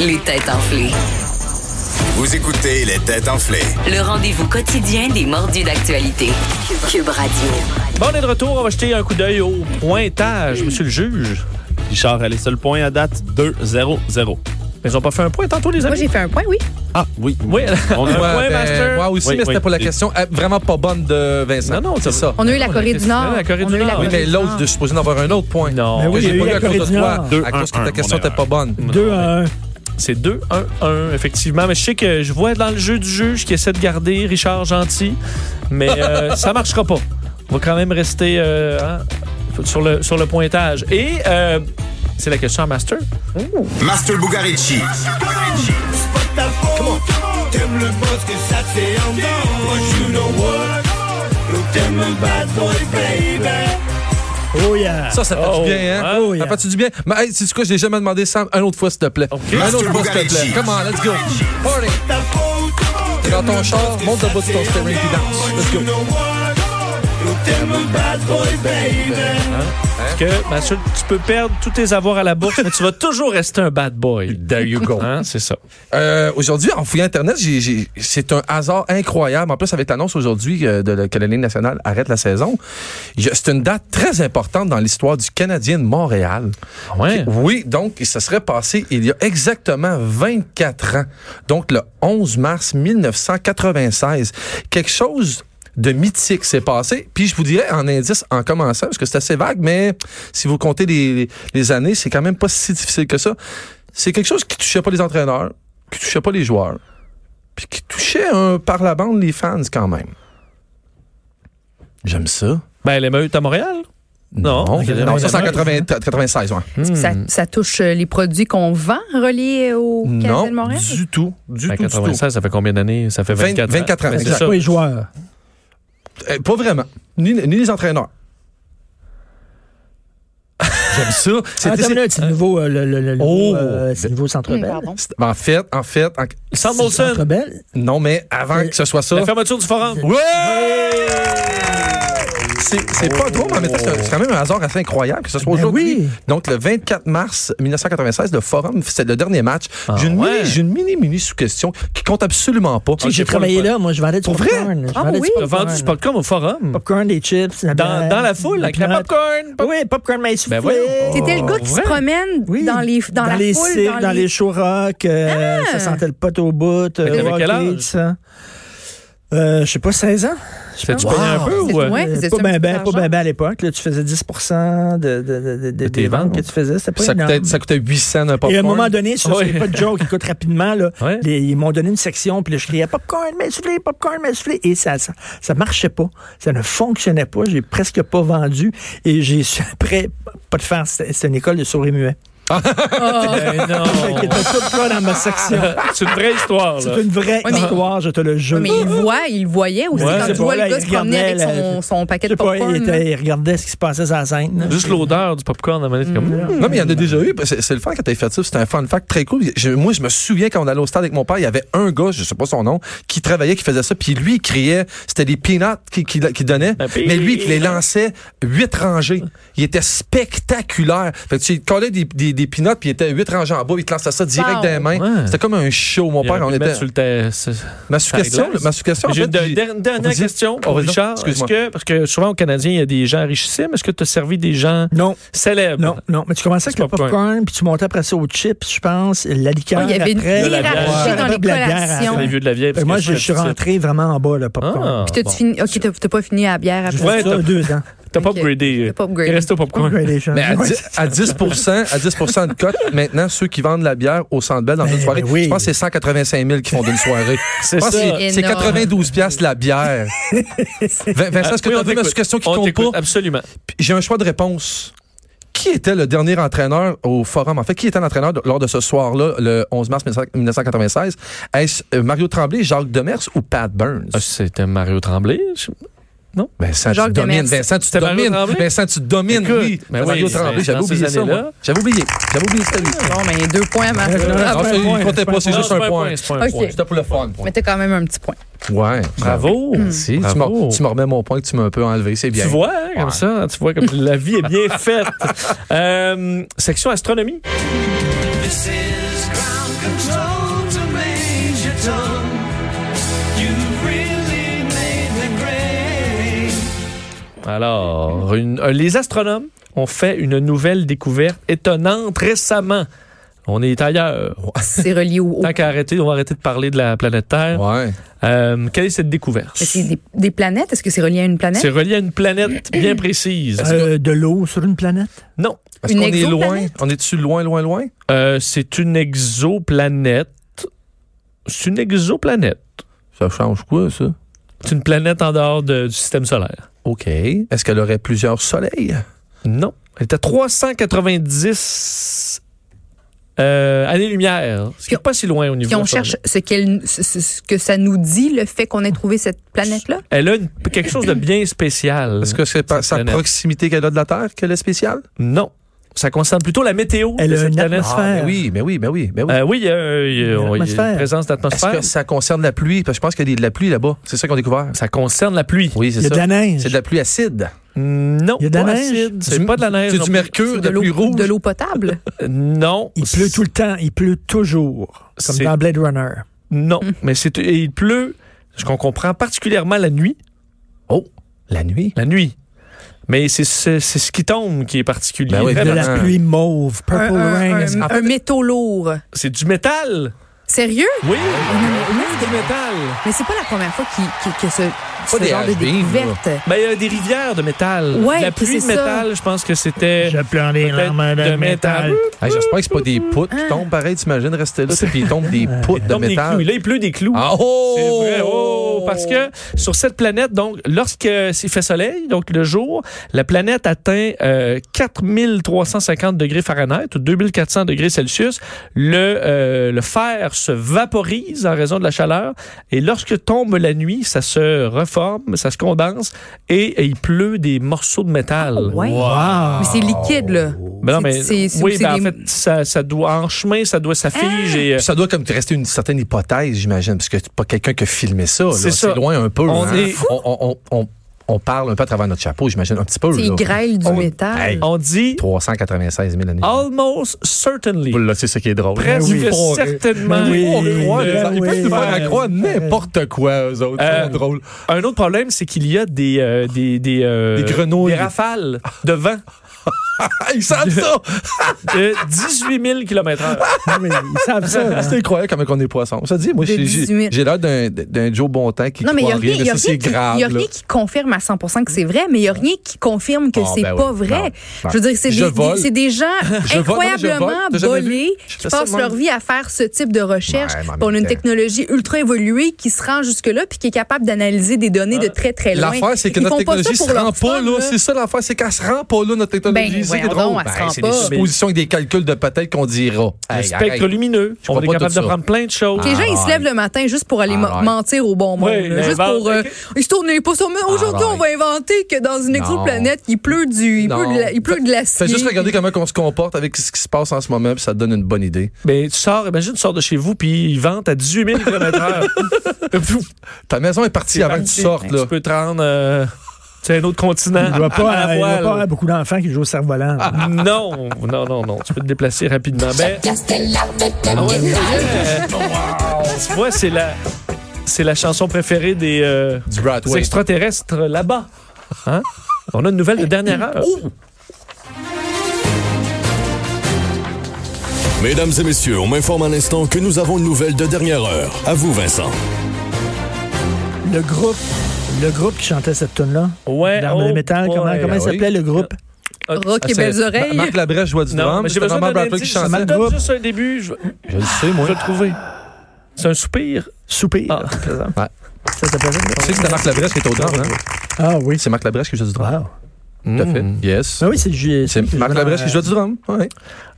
Les têtes enflées. Vous écoutez les têtes enflées. Le rendez-vous quotidien des mordus d'actualité. Cube Radio. Bon, on est de retour. On va jeter un coup d'œil au pointage, monsieur le juge. Richard, allez, seul point à date 2-0-0. Mais ils n'ont pas fait un point tantôt, les Moi, amis. j'ai fait un point, oui. Ah, oui. Oui, On est un Moi, point, ben, master. moi aussi, Oui, mais c'était oui. pour la question euh, vraiment pas bonne de Vincent. Non, non, c'est ça. On a eu la Non, Corée du qu'est-ce que Nord. c'est, la Corée On du a eu la Nord? Oui, Corée mais du l'autre, Nord. je suis supposé en avoir un autre point. Non. Ben Que oui, j'ai il y pas a eu eu la à cause Corée de du toi, Nord. à cause que ta question n'était pas bonne. Deux à un. C'est 2-1-1, effectivement. Mais je sais que je vois dans le jeu du juge qui essaie de garder Richard gentil, mais euh, ça marchera pas. On va quand même rester euh, hein, sur, le, sur le pointage. Et euh, c'est la question à Master. Master Bugarici. Oh yeah. Ça, ça fait Oh, du bien, hein? oh, Ça yeah. fait du bien. Mais, hey, c'est ce que j'ai jamais demandé ça un autre fois, s'il te plaît. Un autre fois, s'il te plaît. Come on, let's go. Party. T'es dans ton char, monte le bout de ton steering puis danse. Let's go. Parce que, Master, tu peux perdre tous tes avoirs à la bourse, mais tu vas toujours rester un bad boy. There you go. Hein, c'est ça. Euh, aujourd'hui, en fouillant Internet, j'ai- j'ai- c'est un hasard incroyable. En plus, avec l'annonce aujourd'hui euh, de la, que la Ligue nationale arrête la saison, il y a- c'est une date très importante dans l'histoire du Canadien de Montréal. Ouais. Oui, donc, ça serait passé il y a exactement 24 ans. Donc, le 11 mars 1996. Quelque chose de mythique s'est passé. Puis, je vous dirais en indice en commençant, parce que c'est assez vague, mais si vous comptez les, les- les années, c'est quand même pas si difficile que ça. C'est quelque chose qui touchait pas les entraîneurs, qui touchait pas les joueurs, puis qui touchait un par la bande les fans quand même. J'aime ça. Ben, l'émeute à Montréal. Non. non, Ok, non, ça c'est en j'aime 80 96, ouais. Est-ce que ça, Hmm. ça touche euh, les produits qu'on vend reliés au Canadien de Non, Montréal? du tout, du Ben, tout, du tout. 96, ça fait combien d'années? Ça fait 20 24 ans. 24 ans, Ben, c'est exact. ça. Pas les joueurs. Eh, pas vraiment. Ni, ni les entraîneurs. J'aime ça. Attends C'était- une minute, Ah, c'est le nouveau, euh, le, le- le Oh! nouveau, euh, c'est le nouveau centre Hum, Bell. pardon. c'est- ben, En fait, en fait, en- Sam C'est le Molson, Centre Bell. non, mais avant que ce soit ça. la fermeture du forum. Ouais! C'est c'est pas drôle, mais en même temps, c'est un- c'est quand même un hasard assez incroyable que ce soit Ben aujourd'hui. oui. Donc, le 24 mars 1996, le Forum, c'est le dernier match. Ah J'ai une ouais. mini- j'ai une mini-mini sous-question qui compte absolument pas. Tu sais que j'ai travaillé là, moi, je vendais du Pour vrai? popcorn. Je Ah vendais du oui? T'as vendu du popcorn. popcorn au forum. Popcorn, des chips. la Dans, bière, Ben, dans la foule, avec la pinot. popcorn. Pop- Oui, popcorn mais Ben soufflé. voyons. C'était le gars qui se vrai? promène Ah, Oui. dans les dans, Ah! la les foule, cirques, dans, les show rock, euh, ça sentait le pote au bout, euh, t'avais au quel hockey, âge? tout ça. Euh, je sais pas, 16 ans? Je T'as-tu pense. pogné un peu ou. Ah, Ouais. euh, faisais pas ça un bien petit ben, pas argent. ben, ben à l'époque. là, Tu faisais 10 de, de, de, de- des tes ventes ventes. que tu faisais. C'était pas Ça énorme. coûtait, ça coûtait 800 un popcorn. Et à un moment donné, ça, Ouais. c'est pas de joke, écoute rapidement, là, Ouais. les- ils m'ont donné une section, puis là, je criais popcorn, mais soufflé, popcorn, mais soufflé. Et ça, ça, ça marchait pas. Ça ne fonctionnait pas. J'ai presque pas vendu. Et j'ai su après, pas de farce, c'était c'était une école de souris muets. ben Fait que non. t'as tout ça dans ma section. C'est une vraie histoire, là. C'est une vraie Ouais, mais- histoire, je te le jure. Mais il voit, il voyait aussi Ouais. quand C'est tu vois pas le là, gars il se promener avec regardait son, la- son paquet Je de sais pas, popcorn. il, là. était- il regardait ce qui se passait sur la scène. Juste l'odeur du popcorn à la manette, comme. Mm. Non, mais il y en a déjà eu. C'est c'est le fun quand t'as fait ça. C'est un fun fact très cool. Je- moi, je me souviens quand on allait au stade avec mon père, il y avait un gars, je sais pas son nom, qui travaillait, qui faisait ça. Puis lui, il criait. C'était des peanuts qu'il qui, qui donnait. Un Mais lui, il les peanut. lançait huit rangées. Il était spectaculaire. Fait que tu lui collais des, des, des peanuts, puis il était huit rangées en bas. Il te lançait ça direct Wow. dans les mains. Ouais. C'était comme un show. Mon Il aurait père, pu on le était. mettre sur le test. Ma suggestion, glace. ma suggestion, en J'ai fait, une de- j'ai- dernière, dernière Vas-y. question pour Vas-y, Richard. Est-ce excuse-moi. que, parce que souvent au Canadien, il y a des gens enrichissimes. Est-ce que tu as servi des gens Non. célèbres? Non, non, mais tu commençais avec C'est le popcorn. popcorn, puis tu montais après ça aux chips, je pense, la liqueur. Oh, il y avait une après, hiérarchie bière. dans les Après, la bière, collations. après. Les vieux de la vieille. parce Ben, Moi, que je, je suis petit. rentré vraiment en bas, le popcorn. Ah, Puis t'as-tu fini? Ok, t'as- t'as pas fini à la bière après. J'ai Ouais, fait ça t'as- deux ans. T'as pas Ok. upgradé. T'as pas upgradé. Il restait au popcorn. Congratulations. Mais à, Ouais. Euh, 10, à 10 à 10 de cote, maintenant, ceux qui vendent la bière au Centre Bell dans Ben, une soirée, ben oui. je pense que c'est 185 000 qui font d'une soirée. C'est Je pense ça. que c'est- C'est Énorme. 92 piastres la bière. Vin- Vincent, est-ce Ah, que Oui, on tu as vu ma t'écoute. suggestion qui On compte t'écoute, pas? Absolument. Puis J'ai un choix de réponse. Qui était le dernier entraîneur au Forum? En fait, qui était l'entraîneur de- lors de ce soir-là, le 11 mars 1996? Est-ce euh, Mario Tremblay, Jacques Demers ou Pat Burns? Ah, C'était Mario Tremblay. je- Vincent, Jacques Ben, tu domines. Demers. Vincent, tu C'était Mario domines. Tremblay? Vincent, tu domines. Écoute, oui, ben oui, Mario c'est- Tremblay, j'avais dans ces oublié ça. années-là. moi. J'avais oublié. J'avais oublié cette année. Bon, ben, mais deux points à Marc. Non, Bravo. ça, il comptait pas, c'est Non, juste Ah, c'est un pas point. c'est pas un Ok. point. C'était pour le fun. Mais t'as quand même un petit point. Ouais. Bravo. Si, tu Bravo. m'as- tu me remets mon point que tu m'as un peu enlevé, c'est bien. Tu vois, hein, comme Ouais. ça, tu vois comme la vie est bien faite. Euh, section astronomie. control to major tongue. You really made me great. Alors, une- euh, les astronomes ont fait une nouvelle découverte étonnante récemment. On est ailleurs. C'est relié au. au- Tant qu'à arrêter, on va arrêter de parler de la planète Terre. Ouais. Euh, quelle est cette découverte? Mais c'est des, des planètes. Est-ce que c'est relié à une planète? C'est relié à une planète bien précise. Euh, Euh, de l'eau sur une planète? Non, Est-ce Une qu'on est loin? exoplanète? On est-tu loin, loin, loin? Euh, c'est une exoplanète. C'est une exoplanète. Ça change quoi, ça? C'est une planète en dehors de- du système solaire. OK. Est-ce qu'elle aurait plusieurs soleils? Non. Elle est à 390 euh, années-lumière, ce qui n'est pas si loin au niveau Puis on de la cherche planète. ce, qu'elle- ce- ce- ce que ça nous dit, le fait qu'on ait trouvé cette planète-là? Elle a une- quelque chose de bien spécial. Est-ce que c'est par sa planète. proximité qu'elle a de la Terre qu'elle est spéciale? Non. Ça concerne plutôt la météo Elle de a cette une planète. atmosphère. mais Ben oui, mais oui, mais oui, mais oui. Euh, oui, il y a, euh, il y a- il Une y a une atmosphère. présence Est-ce d'atmosphère. que ça concerne la pluie? Parce que je pense qu'il y a de la pluie là-bas. C'est ça qu'on a découvert. Ça concerne la pluie. Oui, c'est Il y a de ça. la neige. C'est de la pluie acide. Non. Il y a de la pas neige. acide. C'est Du- pas de la neige. C'est non du plus. mercure, de de la pluie l'eau rouge. de l'eau potable? Non. Il pleut tout le temps, il pleut toujours, comme C'est- dans Blade Runner. Non, mais c'est et il pleut, ce qu'on comprend particulièrement la nuit, Oh, la nuit. la nuit. Mais c'est c'est- c'est ce qui tombe qui est particulier. Ben oui, De Vraiment, la Vraiment. pluie mauve, Un, purple un- rain. un- En un métaux lourd. C'est du métal. Sérieux? Oui, c'est du métal. Mais c'est pas la première fois qu'il- qu'il- que ce, ce des genre de HB, là. découverte. Ben, il y a des rivières de métal. Ouais, la puis pluie de c'est métal, je pense que c'était Je pleure des peut-être larmes de métal. Hey, J'espère que c'est pas Ah. des poutres qui tombent pareil, t'imagines, rester là, puis ils tombent des poutres de tombe des clous. métal. Là, il pleut des clous. Ah, oh! C'est vrai. Oh, parce que sur cette planète, donc, lorsque s'il fait soleil, donc le jour, la planète atteint euh, 4350 degrés Fahrenheit ou 2400 degrés Celsius. Le, euh, le fer se vaporise en raison de la chaleur et lorsque tombe la nuit, ça se reforme, ça se condense et, et il pleut des morceaux de métal. Oh, Ouais. Mais c'est liquide, là. Ben non, mais, C'est- c'est- oui, c'est ben, des- Ah! en fait, ça, ça doit, en chemin, ça doit s'affige et... euh, Puis Ça doit comme te rester une certaine hypothèse, j'imagine, parce que c'est pas quelqu'un qui a filmé ça. là. C'est ça. C'est loin un peu. On hein. est- On, on- on- on- on parle un peu à travers notre chapeau, j'imagine, un petit peu. C'est là. grêle du métal. Hey, on dit 396 000 années. almost certainly. Là, c'est ça qui est drôle. Presque Ben oui. Faut- certainement. Ben oui. faut croire, Ben ils peuvent oui. nous faire à croire n'importe quoi, eux autres. C'est Euh, vraiment drôle. Un autre problème, c'est qu'il y a des euh, des des, euh, Des grenouilles. des rafales de vent Ah, ils savent ça! de 18 000 km/h. Oui, ils savent ça. hein. C'est incroyable comment on est poisson. Ça dit, moi, De j'ai- j'ai 18. j'ai l'air d'un- d'un Joe Bontemps qui Non, mais il croit n'y a, rien- en rien, mais y a ça, rien c'est qui- grave. y a là. rien qui confirme à 100 que c'est vrai, mais il n'y a rien qui confirme que Ah, c'est ben pas oui. vrai. Non, non. Je veux dire, c'est Je des, vole. des- c'est des gens Je vole, non, mais je vole. incroyablement T'as jamais vu? bolés Je qui fais ça passent de leur même. vie à faire ce type de recherche. Ouais, mais en Puis on a une même temps. technologie ultra évoluée qui se rend jusque-là puis qui est capable d'analyser des données de très, très loin. Euh, L'affaire, c'est que Ils notre font pas ça technologie se pour leur rend pas fun, là. C'est ça l'affaire, c'est qu'elle se rend pas là, notre technologie. Ben, c'est voyons drôle. donc, elle se rend c'est des pas. suppositions et des calculs de peut-être qu'on dira. Le Hey, spectre arrête. lumineux. Je On crois est pas capable tout de ça. prendre plein de choses. Les gens, ils se Alright. lèvent le matin juste pour aller mo- Alright. mentir au bon monde. Oui, là. ils juste inventent- pour. euh, ok. ils se tournent les pouces au mur. Aujourd'hui, on va inventer que dans une Non. exoplanète, il pleut du. Il Non. pleut de la- il pleut de l'acier. Fais juste regarder comment on se comporte avec ce qui se passe en ce moment, puis ça te donne une bonne idée. Ben, tu sors, imagine, tu sors de chez vous, puis ils vendent à 18 000 km/h. Ta maison est partie avant que tu sortes, là. Tu peux te rendre euh, tu sais, à un autre continent. Il doit à pas, la il doit voile. Ah. pas avoir beaucoup d'enfants qui jouent au cerf-volant. là. Non, non, non, non. Tu peux te déplacer rapidement. Ben, Ah ouais, euh, tu vois, c'est la, c'est la chanson préférée des, euh, Du des Broadway. extraterrestres là-bas. Hein? On a une nouvelle de dernière heure. Mesdames et messieurs, on m'informe à l'instant que nous avons une nouvelle de dernière heure. À vous, Vincent. Le groupe, le groupe qui chantait cette tune-là, Ouais, L'arme de oh métal, boy. comment, Ah comment il oui. s'appelait le groupe? Rock et Ah, belles oreilles. Marc Labrèche joue du Non, drum. mais j'ai C'était besoin vraiment d'un Broadway qui indice. Ça chantait. me chantait. donne juste un début. Je, Je le sais, moi. je vais le trouver. C'est un soupir. Soupir. Ah, Ça s'appelait ça? Tu sais que c'était Marc Labrèche qui est au drum, hein? Ah oui. C'est Marc Labrèche qui joue du drum. Wow. Tout à fait. Mm. Yes. Ah oui, c'est ju- C'est qui Marc joue dans, Labrèche qui euh, joue du drum. Ouais.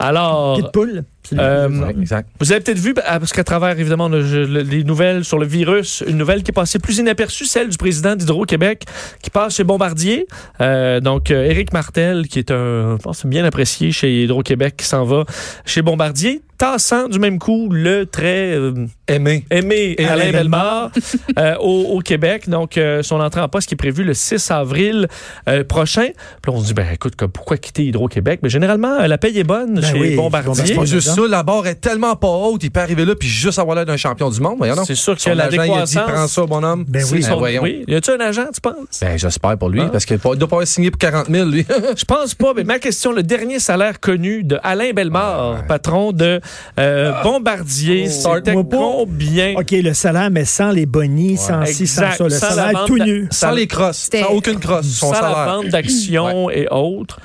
Alors, Pitbull. C'est lui. euh, Ouais, Exact. vous avez peut-être vu, ah, parce qu'à travers, évidemment, le- je- le- les nouvelles sur le virus, une nouvelle qui est passée plus inaperçue, celle du président d'Hydro-Québec, qui passe chez Bombardier. Euh, donc, euh, Éric Martel, qui est un, je pense, bien apprécié chez Hydro-Québec, qui s'en va chez Bombardier, tassant du même coup le très... euh, Aimé. aimé Et Alain Alain Bellemare euh, au, au Québec. Donc, euh, son entrée en poste qui est prévue le 6 avril euh, prochain. Puis là, on se dit, ben écoute, que- pourquoi quitter Hydro-Québec? Mais généralement, euh, la paye est bonne Ben chez oui, Bombardier. Bombardier. Pas juste ça, la barre est tellement pas haute, il peut arriver là puis juste avoir l'air d'un champion du monde. Voyons donc. C'est sûr que Eh Son la agent, il a dit, décroissance- prends ça, bonhomme. Ben oui. C'est Ben son- voyons. Oui. Y a-tu un agent, tu penses? Ben, j'espère pour lui, parce qu'il doit pas avoir signé pour 40 000, lui. Je pense pas, mais ma question, le dernier salaire connu de Alain Bellemare, patron de euh, Bombardier, c'était Moi pas. combien? OK, le salaire, mais sans les bonnies, sans ci, sans Exact. ça. Le Sans la salaire vente tout de- nu. sans les crosses, C'était- sans aucune crosse, son sans la salaire. vente d'actions et autres.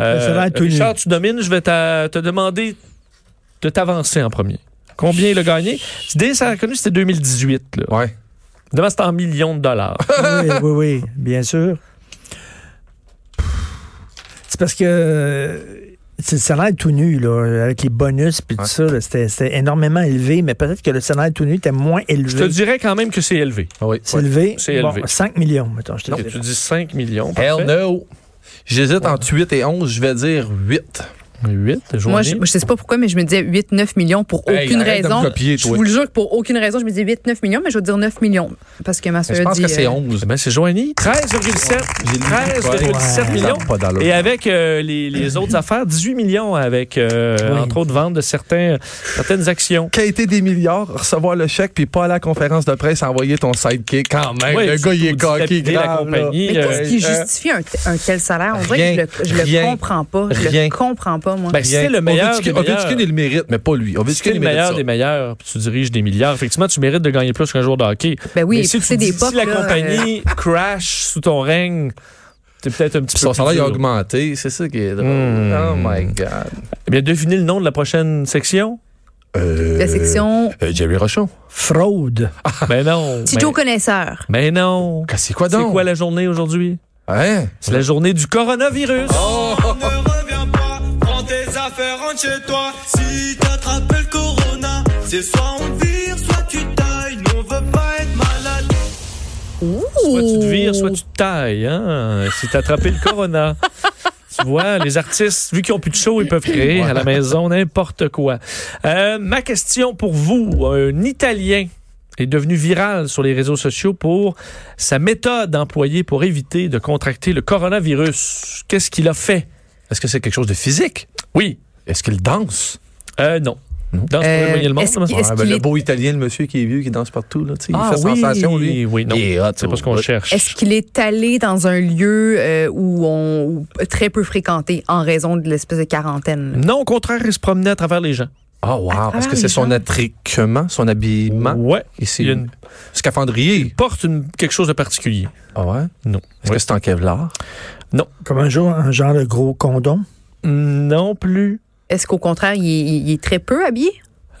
Euh, salaire tout nu. Richard, tu domines, je vais t'a- te demander de t'avancer en premier. Combien il a gagné? Dès ça a connu, c'était 2018. Là. Ouais. Demain, c'était en millions de dollars. oui, oui, oui, bien sûr. C'est parce que euh, c'est le salaire tout nu, là, avec les bonus puis tout ça, là, c'était c'était énormément élevé, mais peut-être que le salaire tout nu était moins je te élevé. dirais quand même que c'est élevé. Ah Oui. C'est élevé? c'est Bon, élevé. 5 millions, mettons, je te Tu dirais. dis 5 millions. Hell no. J'hésite entre 8 et 11, je vais dire 8. 8, Moi, je, je sais pas pourquoi, mais je me disais 8-9 millions pour aucune Hey, arrête de me raison. copier, je toi. vous le jure que pour aucune raison, je me disais 8-9 millions, mais je vais dire 9 millions. Parce que ma Je soeur pense dit. que c'est euh, 11. Ben, c'est Joanie. 13,7 J'ai lu. 13,7 Ouais. millions. Pas d'allure. Et avec euh, les, les autres affaires, 18 millions avec, euh, Oui. entre autres, vente de certains, certaines actions. Qu'a été des milliards, recevoir le chèque puis pas à la conférence de presse envoyer ton sidekick quand même. Ouais, le tu- gars, il est tu t'es coquille payé la grave, là. compagnie, Mais euh, qu'est-ce qui euh, justifie un, t- un tel salaire? On dirait rien, que je le, je le rien, comprends pas. Je rien. le comprends pas, moi. Ben, c'est le meilleur des meilleurs. Ovechkin, il le mérite, mais pas lui. C'est Ovechkin, le il mérite meilleur ça. des meilleurs. puis tu diriges des milliards. Effectivement, tu mérites de gagner plus qu'un joueur de hockey. Ben oui, Mais si pousser tu des dis, potes, si la là, euh. compagnie crash sous ton règne, t'es peut-être un petit peu. Puis son plus salaire, il a dur. augmenté. C'est ça qui est drôle. Hmm. Oh my God. Eh bien, devinez le nom de la prochaine section. Euh, La section euh, Jerry Rochon. Fraude. ben non. Tito ben, connaisseur. ben non. Ah, C'est quoi C'est donc? quoi la journée aujourd'hui? Hein? C'est la journée du coronavirus. Oh. Ne reviens pas, prends tes affaires, rentre chez toi. Si t'attrapes le corona, c'est soit on te vire, soit tu tailles. Nous on veut pas être malade. Soit tu te vires, soit tu te tailles. Hein? Si t'as attrapé le corona. Tu vois, les artistes, vu qu'ils ont plus de show, ils peuvent créer à la maison n'importe quoi. Euh, ma question pour vous, un Italien est devenu viral sur les réseaux sociaux pour sa méthode employée pour éviter de contracter le coronavirus. Qu'est-ce qu'il a fait? Est-ce que c'est quelque chose de physique? Oui. Est-ce qu'il danse? Euh, non. Dans ce Euh, le monde. est-ce là. qu'il- est-ce Ah, ben, qu'il le est- beau italien, le monsieur qui est vieux, qui danse partout, là, tu sais, Ah il fait oui, sensation, lui. Oui, non. Il est hot, C'est pas ce qu'on ouais. cherche. Est-ce qu'il est allé dans un lieu euh, où on où très peu fréquenté en raison de l'espèce de quarantaine? là? Non, au contraire, il se promenait à travers les gens. Ah, wow. travers Est-ce que les c'est son gens. attriquement, son habillement? Ouais. Et c'est Oh, Il y a une- scaphandrier. Porte une- quelque chose de particulier. Ah ouais? Non. Est-ce que c'est en Kevlar? Comme un jour, un genre de gros condom. Non plus. Est-ce qu'au contraire, il est, il est très peu habillé?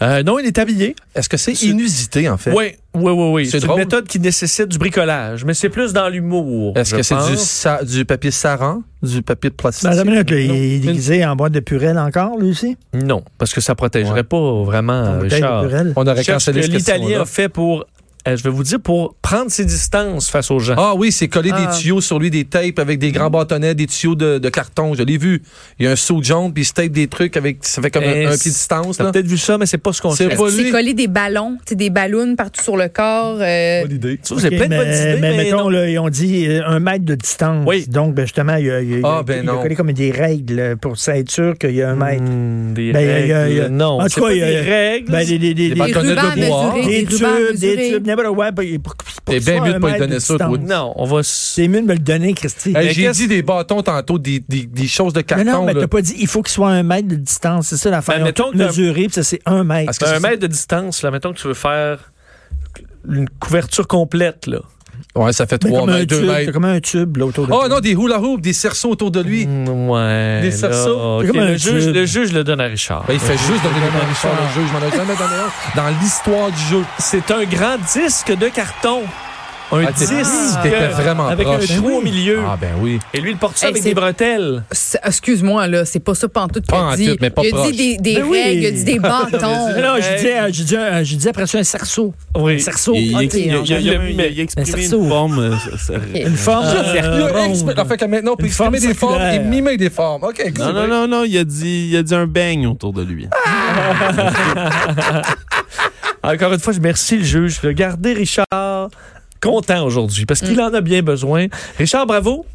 Euh, non, il est habillé. Est-ce que c'est C'est- inusité, en fait? Oui, oui, oui. oui. C'est C'est une drôle. méthode qui nécessite du bricolage, mais c'est plus dans l'humour. Est-ce je que c'est du, pense. sa- du papier saran? Du papier de plastique? Madame, minute, Ben, là, il est Non. déguisé en boîte de purelle encore, lui aussi? Non, parce que ça protégerait Ouais. pas vraiment Bouteille Richard. de purelle. On aurait Cherche ce cancellé que cette l'Italien question-là. a fait pour, euh, je vais vous dire, pour prendre ses distances face aux gens. Ah oui, c'est coller Ah. des tuyaux sur lui, des tapes avec des grands bâtonnets, des tuyaux de, de carton. Je l'ai vu. Il y a un saut de jambe, puis il se tape des trucs avec. Ça fait comme Eh, un, un pied de distance, T'as là. peut-être vu ça, mais c'est pas ce qu'on C'est cherche. pas Est-ce qu'il s'est lui. collé des ballons, tu sais, des ballons partout sur le corps? euh, idée. Tu vois, J'ai Ok, plein de mais, bonnes idées, mais mais mettons, non. là, ils ont dit euh, un mètre de distance. Oui. Donc, ben, justement, il a, il a- Ah, il a- ben il a non. collé comme des règles euh, pour être sûr qu'il y a un mètre. Hmm, des Ben, il y a- règles. il y a- Non, en tout c'est cas, pas il y a- des règles. Ben, des, des, des, Des des- bâtonnets rubans de bois. mesurés, des des tubes, rubans des mesurés. tubes, n'importe quoi. ben, pour- pour- pour T'es que bien soit mieux de un pas lui mètre donner ça, toi. distance. non, on va. s- C'est mieux de me le donner, Christy. Hey, J'ai qu'est-ce- dit des bâtons tantôt, des, des, des choses de non, carton. non, mais là. t'as pas dit, il faut qu'il soit un mètre de distance. C'est ça la fin. Ben, mettons que- mesuré, puis ça, c'est un mètre. Parce que Ben, un c'est- mètre de distance, là, mettons que tu veux faire une couverture complète, là. Ouais, ça fait Ben, trois comme un mètres, deux tube, t'as mètres. comme un tube, là, autour de Oh toi. non, des hula hoops, des cerceaux autour de lui. Mm, Ouais. Des là, cerceaux. ok, C'est comme un le, juge, tube. le juge le donne à Richard. Ben, il fait juste donner le nom Richard, le Richard. jeu. Je m'en ai jamais donné un dans l'histoire du jeu. C'est un grand disque de carton. Un Ah, t'es- disque. t'étais vraiment avec proche. un trou au milieu. Ah ben oui. Et lui, il porte ça Hey, avec c'est- des bretelles. c'est- Excuse-moi, là, c'est pas ça pantoute qu'il Pas en a dit. tout, mais pas il a proche. dit des, des Ben oui. règles, il a dit des bâtons. Non, non, Hey. je dis, euh, je dis, euh, je dis après ça un cerceau. Un Oui. cerceau. Ah, Il, il- Ok, il- on il- il- va- il- il- il- il Un exprimait cerceau. une forme. euh, ça- ça- Une forme. euh, Il a ronde. exprimé- en fait, que maintenant, on peut Une forme exprimer des formes et circulaire. mimer des formes. OK, Non, non, non, non, il a dit, il a dit un beigne autour de lui. Encore une fois, je remercie le juge de Mm. garder Richard content aujourd'hui parce qu'il en a bien besoin. Richard, bravo.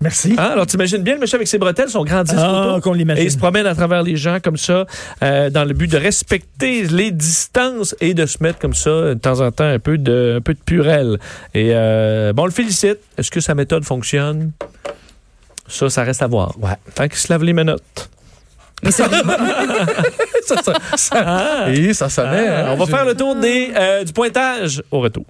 Merci. Hein? Alors, t'imagines bien le monsieur avec ses bretelles, son grand disque Ah, autour. qu'on l'imagine. Et il se promène à travers les gens comme ça, euh, dans le but de respecter les distances et de se mettre comme ça, de temps en temps, un peu de, un peu de purelle. Et euh, bon, on le félicite. Est-ce que sa méthode fonctionne? Ça, ça reste à voir. Ouais. Tant qu'il se lave les menottes. ça, ça, ça- Et ça sonnait. hein. on va Je- Ah, hein? Ah, faire le tour des, euh, du pointage au retour.